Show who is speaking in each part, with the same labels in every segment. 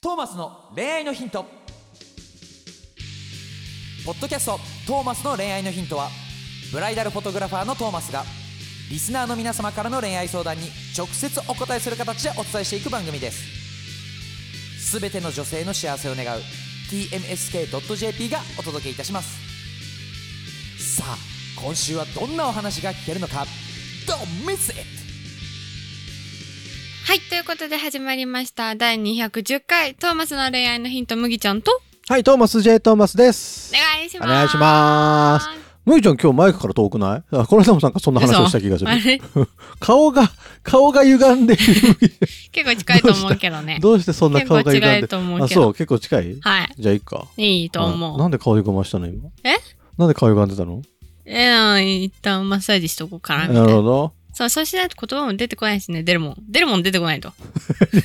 Speaker 1: トーマスの恋愛のヒントポッドキャスト「トーマスの恋愛のヒントは」ブライダルフォトグラファーのトーマスがリスナーの皆様からの恋愛相談に直接お答えする形でお伝えしていく番組ですすべての女性の幸せを願う TMSK.jp がお届けいたしますさあ今週はどんなお話が聞けるのか Don't miss it!
Speaker 2: はい、ということで始まりました。第210回、トーマスの恋愛のヒント、麦ちゃんと、
Speaker 3: はい、トーマス J トーマスです
Speaker 2: お。願いします。
Speaker 3: お願いしますむぎちゃん今日マイクから遠くないあこの間もなんかそんな話をした気が
Speaker 2: 嘘
Speaker 3: する
Speaker 2: あ。れ
Speaker 3: 顔が、顔が歪んでいる。
Speaker 2: 結構近いと思うけどね。
Speaker 3: どうしてそんな顔が歪ん
Speaker 2: 結
Speaker 3: で
Speaker 2: 構違うと思う
Speaker 3: あ、
Speaker 2: けど
Speaker 3: そう、結構近い
Speaker 2: はい。
Speaker 3: じゃあいいか。
Speaker 2: いいと
Speaker 3: あ
Speaker 2: 思
Speaker 3: な
Speaker 2: う。
Speaker 3: んで顔歪ましたの今。
Speaker 2: え
Speaker 3: なんで顔歪んでたの
Speaker 2: えー、一旦マッサージしとこうかな、みた
Speaker 3: ないる
Speaker 2: な。
Speaker 3: ほど。
Speaker 2: そう、そうしないと言葉も出てこないしね、出るもん。出るもん出てこないと。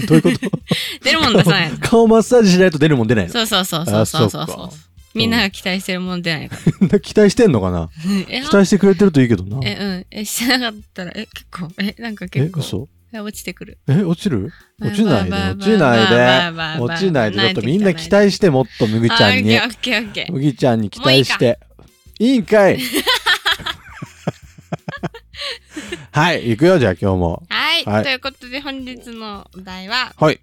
Speaker 3: どういうこと
Speaker 2: 出るもん出さ ないと。
Speaker 3: 顔マッサージしないと出るもん出ないの。
Speaker 2: そうそうそうそうそうそうそ
Speaker 3: あそうっか。
Speaker 2: みんなが期待してるもん出ないから。
Speaker 3: 期待してんのかな
Speaker 2: え、
Speaker 3: 期
Speaker 2: あ
Speaker 3: 待してくれてるといいけどな。
Speaker 2: え、うん。え、してなかったら、え、結構、え、なんか
Speaker 3: え
Speaker 2: 結、構、
Speaker 3: 嘘
Speaker 2: え落ちてくる。
Speaker 3: え、落ちる落ちないで、
Speaker 2: まあ
Speaker 3: 落ちな
Speaker 2: まあまあまあまあまあまあ
Speaker 3: い
Speaker 2: ま
Speaker 3: で。
Speaker 2: あ
Speaker 3: 落ちないで。
Speaker 2: 慣
Speaker 3: ちょ
Speaker 2: れ
Speaker 3: ってと
Speaker 2: きた
Speaker 3: みんな期待して、もっとむぎちゃんに。
Speaker 2: あオッケーオッケーオッケー。
Speaker 3: 麦ちゃんに期待して。いいんかい はい、行くよ、じゃあ今日も。
Speaker 2: はい、
Speaker 3: はい
Speaker 2: ということで本日のお題は、
Speaker 3: はい。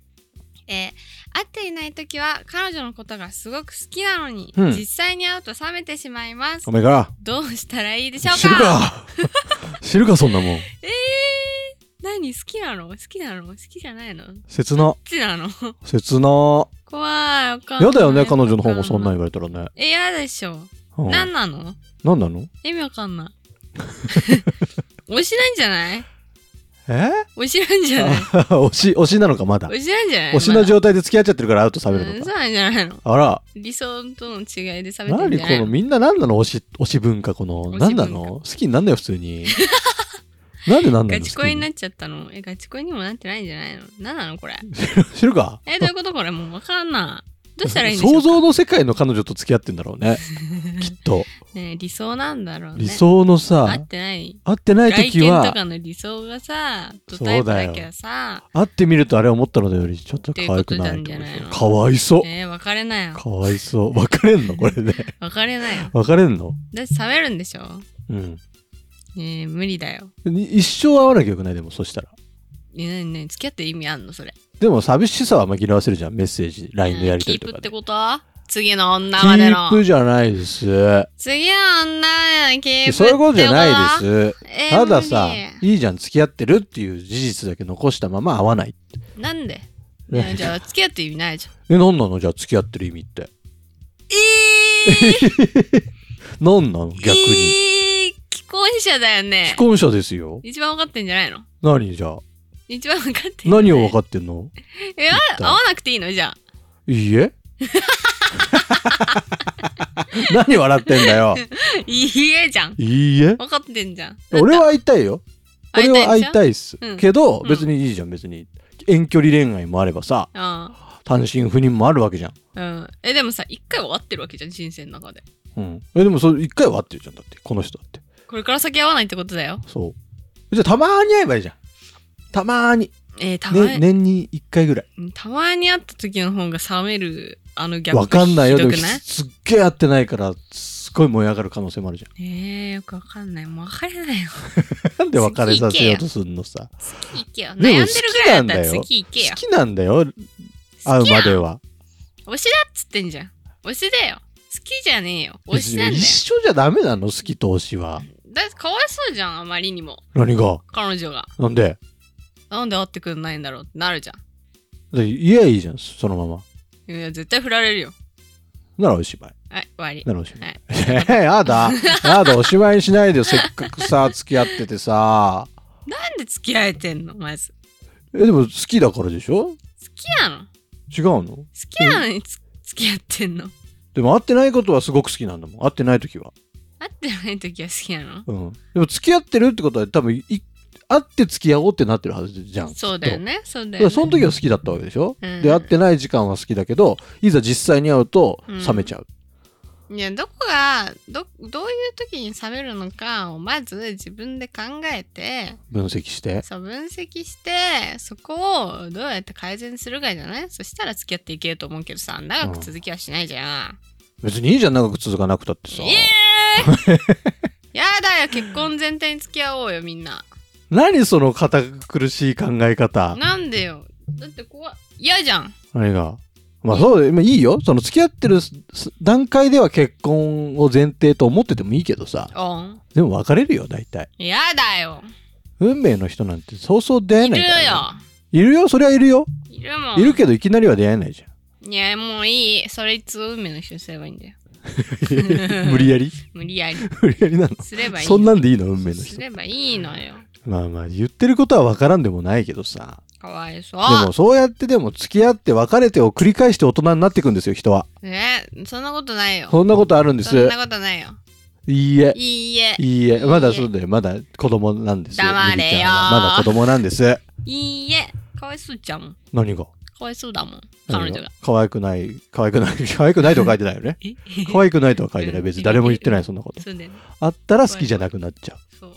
Speaker 2: えー会っていない時は彼女のことがすごく好きなのに、
Speaker 3: うん
Speaker 2: 実際に会うと冷めてしまいます
Speaker 3: お。めえか
Speaker 2: どうしたらいいでしょ
Speaker 3: ら。
Speaker 2: う か
Speaker 3: 知るか知るか、そんなもん。
Speaker 2: えー、何好きなの好きなの好きじゃないのどっ
Speaker 3: 切な。
Speaker 2: ちなの
Speaker 3: 切な。
Speaker 2: 怖い、わかんない。
Speaker 3: やだよね、彼女の方もそんな
Speaker 2: い。
Speaker 3: ん言われたらね。
Speaker 2: え、嫌でしょ。
Speaker 3: うん、
Speaker 2: 何なの
Speaker 3: なんなの
Speaker 2: 意味わかんない。 推しなんじゃない
Speaker 3: え
Speaker 2: 推しなんじゃない
Speaker 3: あ 推し、推しなのか、まだ。
Speaker 2: 推しなんじゃない
Speaker 3: 推しの状態で付き合っちゃってるから会うと冷め
Speaker 2: う
Speaker 3: る
Speaker 2: ん
Speaker 3: の
Speaker 2: そ
Speaker 3: か。
Speaker 2: うなんじゃないの
Speaker 3: あら、
Speaker 2: 理想との違いで冷めてん
Speaker 3: 何
Speaker 2: じゃ
Speaker 3: こ
Speaker 2: ない
Speaker 3: の、みんな何なの推し、推し文化、この。
Speaker 2: 推し文化
Speaker 3: 何なの好きになんだよ、普 通に。なんでなんなの
Speaker 2: ガチ恋にな
Speaker 3: 好
Speaker 2: っちゃったのえ、ガチ恋にもなってないんじゃないの何なのこれ。
Speaker 3: きに知るか
Speaker 2: え、どういうことこれもうわかんない。どうしたらいいんでしょ
Speaker 3: 想
Speaker 2: うか
Speaker 3: 像の世界の彼女と付き合ってんだろ うねきっと
Speaker 2: ねえ理想なんだろうね。
Speaker 3: 理想のさ、
Speaker 2: 合ってない。
Speaker 3: 会ってない
Speaker 2: 外
Speaker 3: 時
Speaker 2: 見と
Speaker 3: は
Speaker 2: かの理想がさ、ドタイプだけどさ、
Speaker 3: 会ってみるとあれ思ったのよりちょっと可愛くない
Speaker 2: っていうことなんじゃないの
Speaker 3: かわいそう、
Speaker 2: えー、別れなよ。
Speaker 3: かわいそう別れんのこれで
Speaker 2: 別れなよ。
Speaker 3: 別れんの
Speaker 2: だって冷めるんでしょ
Speaker 3: うん
Speaker 2: えー、無理だよ。
Speaker 3: に一生会わなきゃよくないでもそしたら
Speaker 2: え、なになに付き合って意味あんのそれ。
Speaker 3: でも寂しさは紛らわせるじゃんメッセージ LINE のやり取
Speaker 2: キープっ
Speaker 3: りとか
Speaker 2: て
Speaker 3: で
Speaker 2: こと次の女までの
Speaker 3: キー。プじゃないです
Speaker 2: 次の女までのキープってこと
Speaker 3: そういうことじゃない
Speaker 2: す。
Speaker 3: です
Speaker 2: えー、
Speaker 3: たださ
Speaker 2: 無理
Speaker 3: いいじゃん付き合ってるっていう事実だけ残したまま会わない
Speaker 2: なんで
Speaker 3: え
Speaker 2: ねじゃあ付き合って意味ない じゃん。
Speaker 3: え何なのじゃあ付き合ってる意味って
Speaker 2: えー、
Speaker 3: 何なの逆に。
Speaker 2: えー既婚者だよね
Speaker 3: 既。婚者ですよ。
Speaker 2: 一番分かってんじゃないの
Speaker 3: 何じゃあ。
Speaker 2: 一番分かってん
Speaker 3: 何を分
Speaker 2: っ
Speaker 3: かってんの
Speaker 2: てえ、あ
Speaker 3: 一体
Speaker 2: 会わなくていいのじゃあ。
Speaker 3: いいえ 何笑ってんだよ。
Speaker 2: いいえじゃん。
Speaker 3: いいえ
Speaker 2: 分かってんじゃん。
Speaker 3: 俺は会いたいよ。俺は会い
Speaker 2: い。
Speaker 3: たいっす
Speaker 2: うん。
Speaker 3: けど、
Speaker 2: うん
Speaker 3: 別にいいじゃん、別に。遠距離恋愛もあればさ、
Speaker 2: あ
Speaker 3: 単身赴任もあるわけじゃん。
Speaker 2: うん。え、でもさ、一回は会ってるわけじゃん、人生の中で。
Speaker 3: うん。え、でもそれ一回は会ってるじゃん、だって。この人だって。
Speaker 2: これから先会わないってことだよ。
Speaker 3: そう。じゃあたまーに会えばいいじゃん。たまーに。
Speaker 2: えー、たま
Speaker 3: ね、
Speaker 2: に、
Speaker 3: 年に一回ぐらい。
Speaker 2: たまに会った時の方が冷める、あのギャップ。
Speaker 3: わかんないよ。
Speaker 2: ひ
Speaker 3: で
Speaker 2: どく
Speaker 3: も
Speaker 2: ない
Speaker 3: すっげえ会ってないから、すっごい燃え上がる可能性もあるじゃん。
Speaker 2: えー、よくわかんない。もう別れないよ。
Speaker 3: なんで別れさせようとすんのさ。
Speaker 2: 次行けよ。悩ん
Speaker 3: で
Speaker 2: で
Speaker 3: も
Speaker 2: るぐらいだったら
Speaker 3: 好きなんだよ
Speaker 2: 次行けよ
Speaker 3: 好。きなんだよ、会
Speaker 2: 好
Speaker 3: う
Speaker 2: きや
Speaker 3: ま
Speaker 2: ん
Speaker 3: では。
Speaker 2: 推しだっつってんじゃん。推しだよ。好きじゃねえよ。推しなんだよ
Speaker 3: 一。緒じゃダメなの好きと推しは。
Speaker 2: だってかわいそうじゃん、あまりにも。
Speaker 3: 何が
Speaker 2: 彼女が。
Speaker 3: なんで
Speaker 2: なんで会ってくんないんだろうってなるじゃ
Speaker 3: で言えばいいじゃん、そのまま。
Speaker 2: ん。いや、絶対振られるよ。
Speaker 3: ならおしまい。
Speaker 2: はい、終わり。
Speaker 3: ならおしまい。
Speaker 2: はい。
Speaker 3: えー、やだ。やだ、おしまいにしないでよ。せっかくさ、付き合っててさ。
Speaker 2: なんで付き合えてんの、まず。
Speaker 3: え、でも好きだからでしょ
Speaker 2: 好きなの好
Speaker 3: 違うの
Speaker 2: きなのにつ、付き合ってんの
Speaker 3: でも会ってないことはすごく好きなんだもん。会ってない時は。
Speaker 2: 会ってない時は好きなの
Speaker 3: うん。でも付き合ってるってことは多分、い会って付き合おうってなってるはずじゃん。
Speaker 2: そうだよね。そうだ
Speaker 3: だか
Speaker 2: よ
Speaker 3: ら
Speaker 2: ね。
Speaker 3: その時は好きだったわけでしょ、
Speaker 2: うん
Speaker 3: で会ってない時間は好きだけどいざ実際に会うと冷めちゃう、
Speaker 2: いやどこがどどういう時に冷めるのかをまず自分で考えて
Speaker 3: 分析して。
Speaker 2: そう分析してそこをどうやって改善するかじゃないそしたら付き合っていけると思うけどさ長く続きはしないじゃん。
Speaker 3: 別にいいじゃん、長く続かなくたってさ。
Speaker 2: え えやだよ結婚前提に付き合おうよみんな。
Speaker 3: 何その堅苦しい考え方。
Speaker 2: なんでよだって怖い嫌じゃん。
Speaker 3: 何が。まあそうで、まあいいよ。その付き合ってるすす段階では結婚を前提と思っててもいいけどさ。
Speaker 2: おん。
Speaker 3: でも別れるよ、大体。
Speaker 2: やだよ。運
Speaker 3: 運命の人なんてそうそう出会え
Speaker 2: い
Speaker 3: な
Speaker 2: る
Speaker 3: い
Speaker 2: よ
Speaker 3: から、。いるよ。いるよ、そりゃいるよ。
Speaker 2: いるもん。
Speaker 3: いるけど、いきなりは出会えないじゃん。
Speaker 2: いやもういい。それいつ運命の人にすればいいんだよ。
Speaker 3: 無理やり
Speaker 2: 無理やり。
Speaker 3: 無理やりなの
Speaker 2: すればいい。
Speaker 3: そんなんでいいの運命の
Speaker 2: す
Speaker 3: 人。
Speaker 2: ればいいのよ。
Speaker 3: まあまあ、言ってることは分からんでもないけどさ。
Speaker 2: かわいそう。
Speaker 3: でもそうやってでも付き合って別れてを繰り返して大人になっていくんですよ、人は。
Speaker 2: ねそんなことないよ。
Speaker 3: そんなことあるんで
Speaker 2: そ
Speaker 3: す
Speaker 2: ん。なことないよ。
Speaker 3: いいえ。
Speaker 2: いいえ。
Speaker 3: いいえ、まだそうだよ。まだ子供なんですよ。
Speaker 2: 黙れよ
Speaker 3: 麦ちゃんはまだ子供なんです。
Speaker 2: いいえ。かわいそうじゃんもん。
Speaker 3: 何が
Speaker 2: かわいそうだもん。彼
Speaker 3: 何
Speaker 2: 女
Speaker 3: が
Speaker 2: が。
Speaker 3: 可愛くない、可愛くない、 可愛くないとは書いてないよね。
Speaker 2: え
Speaker 3: 可愛くないとは書いてない。別に誰も言ってない、そんなこと。
Speaker 2: そうだよね。
Speaker 3: あったら好きじゃなくなっちゃう。
Speaker 2: そう。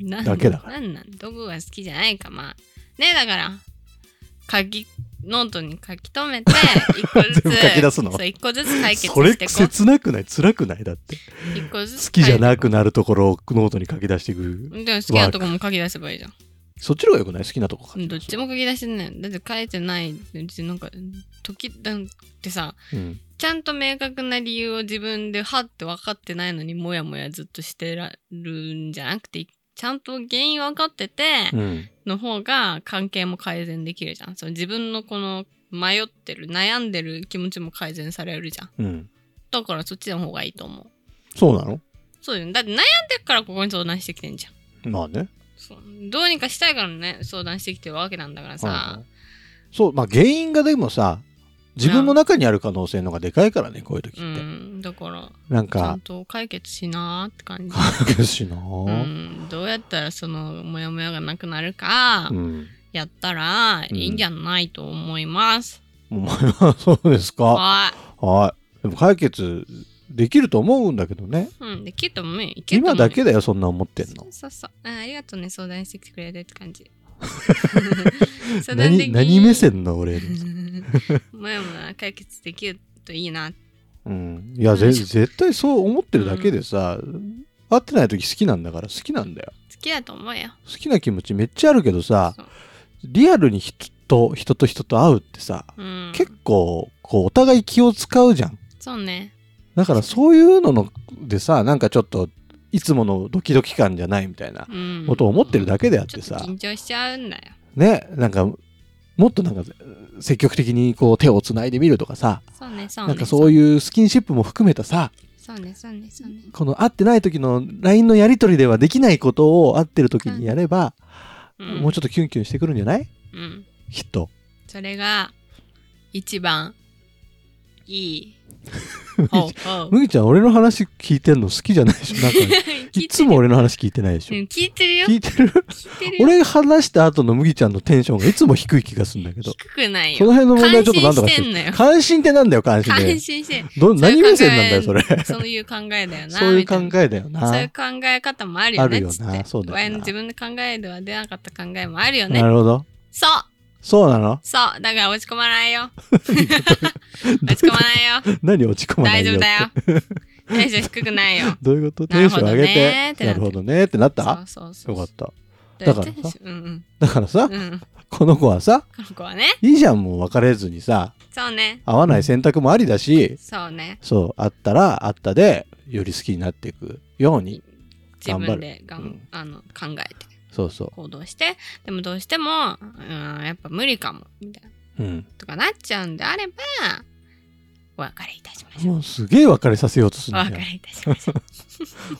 Speaker 2: なん
Speaker 3: だけだから
Speaker 2: なんなんどこが好きじゃないかまあ。ねえだから書きノートに書き留 めて一個ずつ
Speaker 3: 全部書き出すの
Speaker 2: そう一個ずつ解決
Speaker 3: それ
Speaker 2: してこ
Speaker 3: 切なくない辛くないだって。
Speaker 2: う一個ずつ
Speaker 3: 好きじゃ
Speaker 2: い
Speaker 3: なくなるところをノートに書き出していく。
Speaker 2: でも好きなとこも書き出せばいいじゃん
Speaker 3: そっちの方がよくない好きなとこ
Speaker 2: う
Speaker 3: 書き
Speaker 2: ん
Speaker 3: 出
Speaker 2: どっ
Speaker 3: す
Speaker 2: ちも書き出してないだって書いてないってなんか時だってさ
Speaker 3: うん。
Speaker 2: ちゃんと明確な理由を自分ではって分かってないのにもやもやずっとしてらるんじゃなくてちゃんと原因分かってて
Speaker 3: うん。
Speaker 2: の方が関係も改善できるじゃんその自分のこの迷ってる悩んでる気持ちも改善されるじゃん
Speaker 3: うん。
Speaker 2: だからそっちの方がいいと思う
Speaker 3: そうなの
Speaker 2: そうだよねだって悩んでるからここに相談してきてんじゃん
Speaker 3: まあね。
Speaker 2: そうどうにかしたいからね相談してきてるわけなんだからさ、
Speaker 3: はいはいそう、まあ原因がでもさ、自分の中にある可能性の方がでかいからね、こういう時って。
Speaker 2: うん、だから
Speaker 3: なん
Speaker 2: ちゃ
Speaker 3: か
Speaker 2: ん、と解決しなーって感じ、
Speaker 3: 隠しな
Speaker 2: う
Speaker 3: ぁ
Speaker 2: ん、どうやったらそのモヤモヤがなくなるか
Speaker 3: うん。
Speaker 2: やったらいいんじゃないと思います、
Speaker 3: お前は そうですか。
Speaker 2: は
Speaker 3: はい。でも解決できると思うんだけどね。
Speaker 2: い、うん、できると思うよいけると思
Speaker 3: 今
Speaker 2: う
Speaker 3: だけだよ、そんな思ってんの
Speaker 2: そう。そうそうあありがとうね相談してきてくれてって感じ相談でき
Speaker 3: 何、何 目線の俺の。
Speaker 2: もやもや解決できるといいな
Speaker 3: うん。いや、ぜ絶対そう思ってるだけでさ、会ってない時好きなんだから好きなんだよ。
Speaker 2: 好きだと思うよ
Speaker 3: 好きな気持ちめっちゃあるけどさ
Speaker 2: そう、
Speaker 3: リアルに人と、人と人と会うってさ、
Speaker 2: うん
Speaker 3: 結構、こう、お互い気を使うじゃん。
Speaker 2: そうね
Speaker 3: だからそういうののでさなんかちょっといつものドキドキ感じゃないみたいな
Speaker 2: うん
Speaker 3: ことを思ってるだけであって
Speaker 2: ちょっ
Speaker 3: さ
Speaker 2: と緊張しちゃうんだよ
Speaker 3: ねなんかもっとなんか積極的にこう手をつないでみるとかさ
Speaker 2: そうねそうね
Speaker 3: なんかそういうスキンシップも含めたさ
Speaker 2: そうねそうねそうね
Speaker 3: この会ってない時の LINE のやり取りではできないことを会ってる時にやれば
Speaker 2: うん
Speaker 3: もうちょっとキュンキュンしてくるんじゃない
Speaker 2: うん
Speaker 3: きっと
Speaker 2: それが一番いいほう ほう
Speaker 3: 麦ちゃん俺の話聞いてんの好きじゃないでしょなんか
Speaker 2: 聞
Speaker 3: い
Speaker 2: い
Speaker 3: つ
Speaker 2: て
Speaker 3: も
Speaker 2: る
Speaker 3: 俺の話聞いてないで
Speaker 2: う
Speaker 3: しょ
Speaker 2: ん聞いてるよ
Speaker 3: 聞いてる
Speaker 2: 聞いてるよ
Speaker 3: 俺話した後の麦ちゃんのテンションがいつも低い気がするんだけど。
Speaker 2: 低くない
Speaker 3: そ
Speaker 2: よ
Speaker 3: の辺の問題ちょっとなんとかし
Speaker 2: 感
Speaker 3: て
Speaker 2: 心してんのよ
Speaker 3: 関心ってなんだよ、関心っ
Speaker 2: 感心
Speaker 3: て。
Speaker 2: して
Speaker 3: ど
Speaker 2: そうい
Speaker 3: 何
Speaker 2: う考え
Speaker 3: 目線なんだよ、それ。
Speaker 2: そういう考えだよな
Speaker 3: そういう考
Speaker 2: みた
Speaker 3: えだよ
Speaker 2: なそうい
Speaker 3: な
Speaker 2: う。考え方もあるよね
Speaker 3: あるよな
Speaker 2: つって
Speaker 3: そうだよな
Speaker 2: 親の自分の考えでは出なかった考えもあるよね
Speaker 3: なるほど。
Speaker 2: そう
Speaker 3: そうなの
Speaker 2: そうだから落ち込まない よ落ち込まないよ
Speaker 3: 何落ち込まな
Speaker 2: 大
Speaker 3: い
Speaker 2: 丈
Speaker 3: よ
Speaker 2: 夫。だよテンション低くない よ
Speaker 3: どういうこと
Speaker 2: な
Speaker 3: テン
Speaker 2: る
Speaker 3: シ
Speaker 2: ほ
Speaker 3: ョン
Speaker 2: ど
Speaker 3: 上
Speaker 2: ね
Speaker 3: げて。なるほどねってなった
Speaker 2: そうそうそう
Speaker 3: よかった。
Speaker 2: だ
Speaker 3: だからさ
Speaker 2: うん
Speaker 3: だからさ
Speaker 2: うん、うん、こ
Speaker 3: この子はさ、
Speaker 2: の子はね
Speaker 3: いいじゃん、もう別れずにさ、
Speaker 2: そうね
Speaker 3: 会わない選択もありだし、
Speaker 2: そうね
Speaker 3: そう、会ったら会ったで、より好きになっていくように。
Speaker 2: 自分でがん、
Speaker 3: 頑張るうん
Speaker 2: あの考えて
Speaker 3: そうそ
Speaker 2: 行動してでもどうしても、うん、やっぱ無理かもみたいな
Speaker 3: う。うん。
Speaker 2: とかなっちゃうんであればお別れいたしましょう
Speaker 3: もうすげえ別れさせようとす
Speaker 2: お
Speaker 3: るんだよ
Speaker 2: 別。れいたしましょ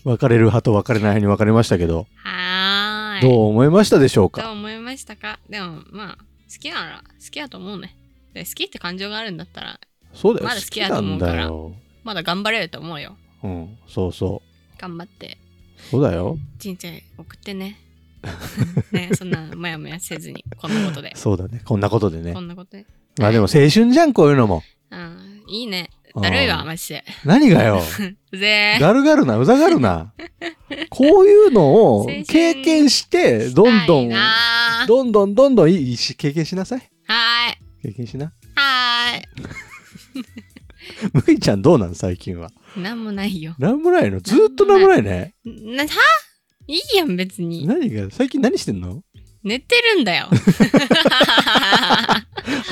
Speaker 2: う
Speaker 3: 別れる派と別れない派に分かれましたけど、
Speaker 2: はーい
Speaker 3: どう思いましたでしょう
Speaker 2: どう
Speaker 3: か
Speaker 2: 思いましたかでもまあ好きなら好きだと思うねで好きって感情があるんだったら
Speaker 3: そうだよ、
Speaker 2: まだ
Speaker 3: 好
Speaker 2: 好
Speaker 3: き
Speaker 2: き
Speaker 3: な
Speaker 2: だと思
Speaker 3: ん
Speaker 2: うから
Speaker 3: だよ。
Speaker 2: まだ頑張れると思うよ
Speaker 3: うん、そうそ
Speaker 2: 頑張って
Speaker 3: う。そうだよ。
Speaker 2: 人生送ってね ねそんなもやもやせずにこんな ことで
Speaker 3: そうだね。こんなことでね
Speaker 2: こ。んなことで
Speaker 3: まあでも青春じゃん、こういうのも。
Speaker 2: うんいいねだるいわ、
Speaker 3: うん
Speaker 2: マジで。
Speaker 3: 何が よ。
Speaker 2: うぜー。
Speaker 3: がるがるな、うざがるな。こういうのを
Speaker 2: 青春
Speaker 3: 経験して、どん
Speaker 2: した
Speaker 3: ど
Speaker 2: い
Speaker 3: ん、
Speaker 2: なー
Speaker 3: どんどんどんどんいいし、経験しなさい。
Speaker 2: はーい。
Speaker 3: 経験しな。
Speaker 2: は
Speaker 3: むいちゃんどうなん最近は。
Speaker 2: ーい。なんもないよ。
Speaker 3: なんもないのずーっとなんもないね。
Speaker 2: な、はいいやん、別に。
Speaker 3: 何が、最近何してんの
Speaker 2: 寝てるんだよ。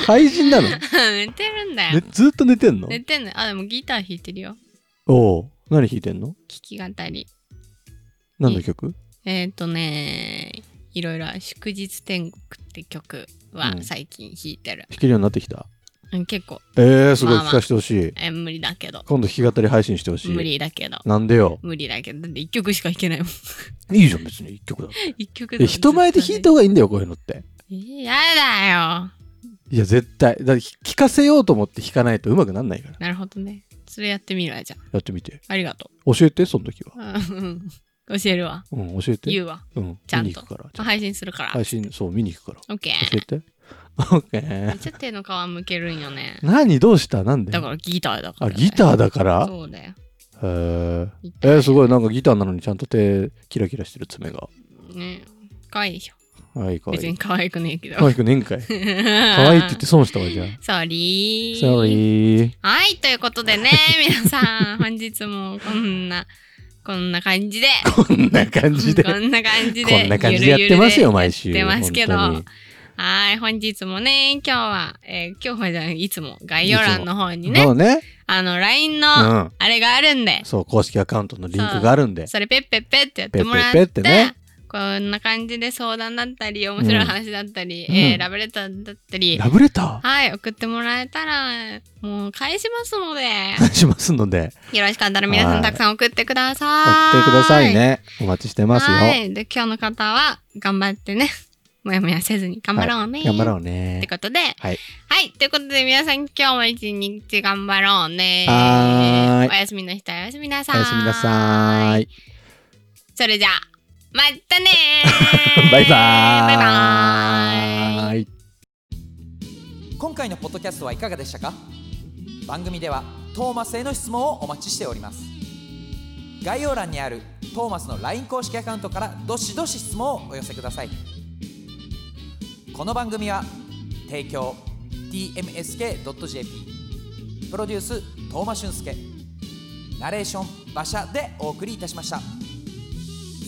Speaker 3: 廃 人なの、ね、
Speaker 2: 寝てるんだよ。
Speaker 3: ずーっと寝てんの
Speaker 2: 寝てんの。あ、でもギター弾いてるよ。
Speaker 3: おう何弾いてんの
Speaker 2: 弾き語り。
Speaker 3: 何の曲
Speaker 2: えっ、ー、とねいろいろ「祝日天国」って曲
Speaker 3: う
Speaker 2: は
Speaker 3: ん
Speaker 2: 最近弾いてる、
Speaker 3: 弾けるようになってきた。
Speaker 2: うん、結構
Speaker 3: えー、すごい
Speaker 2: まあま
Speaker 3: 聞
Speaker 2: あ
Speaker 3: かせてほしい。
Speaker 2: え無理だけど
Speaker 3: 今度弾き語り配信してほしい。
Speaker 2: 無理だけど
Speaker 3: なんでよ。
Speaker 2: 無理だけどだって1曲しか弾けないもん
Speaker 3: いいじゃん、別に一曲だって。
Speaker 2: 1曲
Speaker 3: え人前で弾いた方がいいんだよ、こういうのって。
Speaker 2: やだよ
Speaker 3: いや、絶対。だって聞かせようと思って弾かないと上手くなんないから。
Speaker 2: なるほどねそれやってみるわじゃあ
Speaker 3: やってみて。
Speaker 2: ありがと
Speaker 3: 教えて、その時は。
Speaker 2: ううん 教えるわ
Speaker 3: うん、教えて。
Speaker 2: 言うわ
Speaker 3: うん、
Speaker 2: ちゃんと
Speaker 3: 見に行くから。
Speaker 2: 配信するから、
Speaker 3: 配信、そう、見に行くから。
Speaker 2: オッケー
Speaker 3: 教え て。オッケー。
Speaker 2: ちょっと手の皮むけるんよね
Speaker 3: 何どうしたなんで
Speaker 2: だからギターだから
Speaker 3: あ、ギターだか
Speaker 2: ー
Speaker 3: ら
Speaker 2: そうだよ
Speaker 3: へー
Speaker 2: ギター
Speaker 3: えー、すごい。なんかギターなのにちゃんと手、キラキラしてる爪が。
Speaker 2: ね可愛いでしょ
Speaker 3: はい、かわい
Speaker 2: 別
Speaker 3: い
Speaker 2: に。可愛くねえけど
Speaker 3: 可愛くねえん かい。可愛いって言って損したわ、じゃあ。
Speaker 2: ソリー。
Speaker 3: Sorry。
Speaker 2: はい、ということでね、皆さん、 本日もこんな、こんな感じで、
Speaker 3: こんな感じで。
Speaker 2: こんな感じで、
Speaker 3: こんな感じでやってますよ、毎週。
Speaker 2: ゆるゆるでやってますけど、
Speaker 3: 本当に
Speaker 2: はい、本日もね、今日は、えー今日はじゃない、いつも概要欄の方に
Speaker 3: そ
Speaker 2: ね、
Speaker 3: うね。
Speaker 2: あの、LINE の、
Speaker 3: うん
Speaker 2: あれがあるんで、
Speaker 3: そう、公式アカウントのリンクがあるんで。
Speaker 2: それペッペッペッってやってもらっ
Speaker 3: ペ
Speaker 2: て
Speaker 3: ッペッペッってね
Speaker 2: こんな感じで相談だったり、面白い話だったり、
Speaker 3: うん
Speaker 2: えー
Speaker 3: うん
Speaker 2: ラブレターだったり、
Speaker 3: ラブレタ
Speaker 2: はい、送ってもらえたら、もう返します ので
Speaker 3: ー、返しますので、
Speaker 2: よろしかったら皆さ
Speaker 3: は
Speaker 2: ん
Speaker 3: い
Speaker 2: たくさん送ってくだ
Speaker 3: 送
Speaker 2: さい。
Speaker 3: ってください。ね。お待ちしてますよ。
Speaker 2: はい。で、今日の方は頑張ってね。もやもやせずに頑張ろうね。
Speaker 3: 頑張ろう
Speaker 2: っ
Speaker 3: ね
Speaker 2: て。ことで。
Speaker 3: はい。
Speaker 2: はい。ということで皆さん今日も一日頑張ろうね。
Speaker 3: はーい
Speaker 2: おやすみの人はおやすみなさ
Speaker 3: お
Speaker 2: い。
Speaker 3: やすみなさーい。
Speaker 2: それじゃあ、またねー
Speaker 3: バイバー
Speaker 2: バイ
Speaker 3: イ。
Speaker 2: バーイ。
Speaker 3: イ。
Speaker 1: 今回のポッドキャストはいかがでしたか番組ではトーマスへの質問をお待ちしております概要欄にあるトーマスの LINE 公式アカウントからどしどし質問をお寄せくださいこの番組は提供 tmsk.jp プロデューストーマ俊介ナレーション馬車でお送りいたしました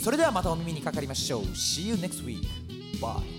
Speaker 1: それではまたお耳にかかりましょう See you next week Bye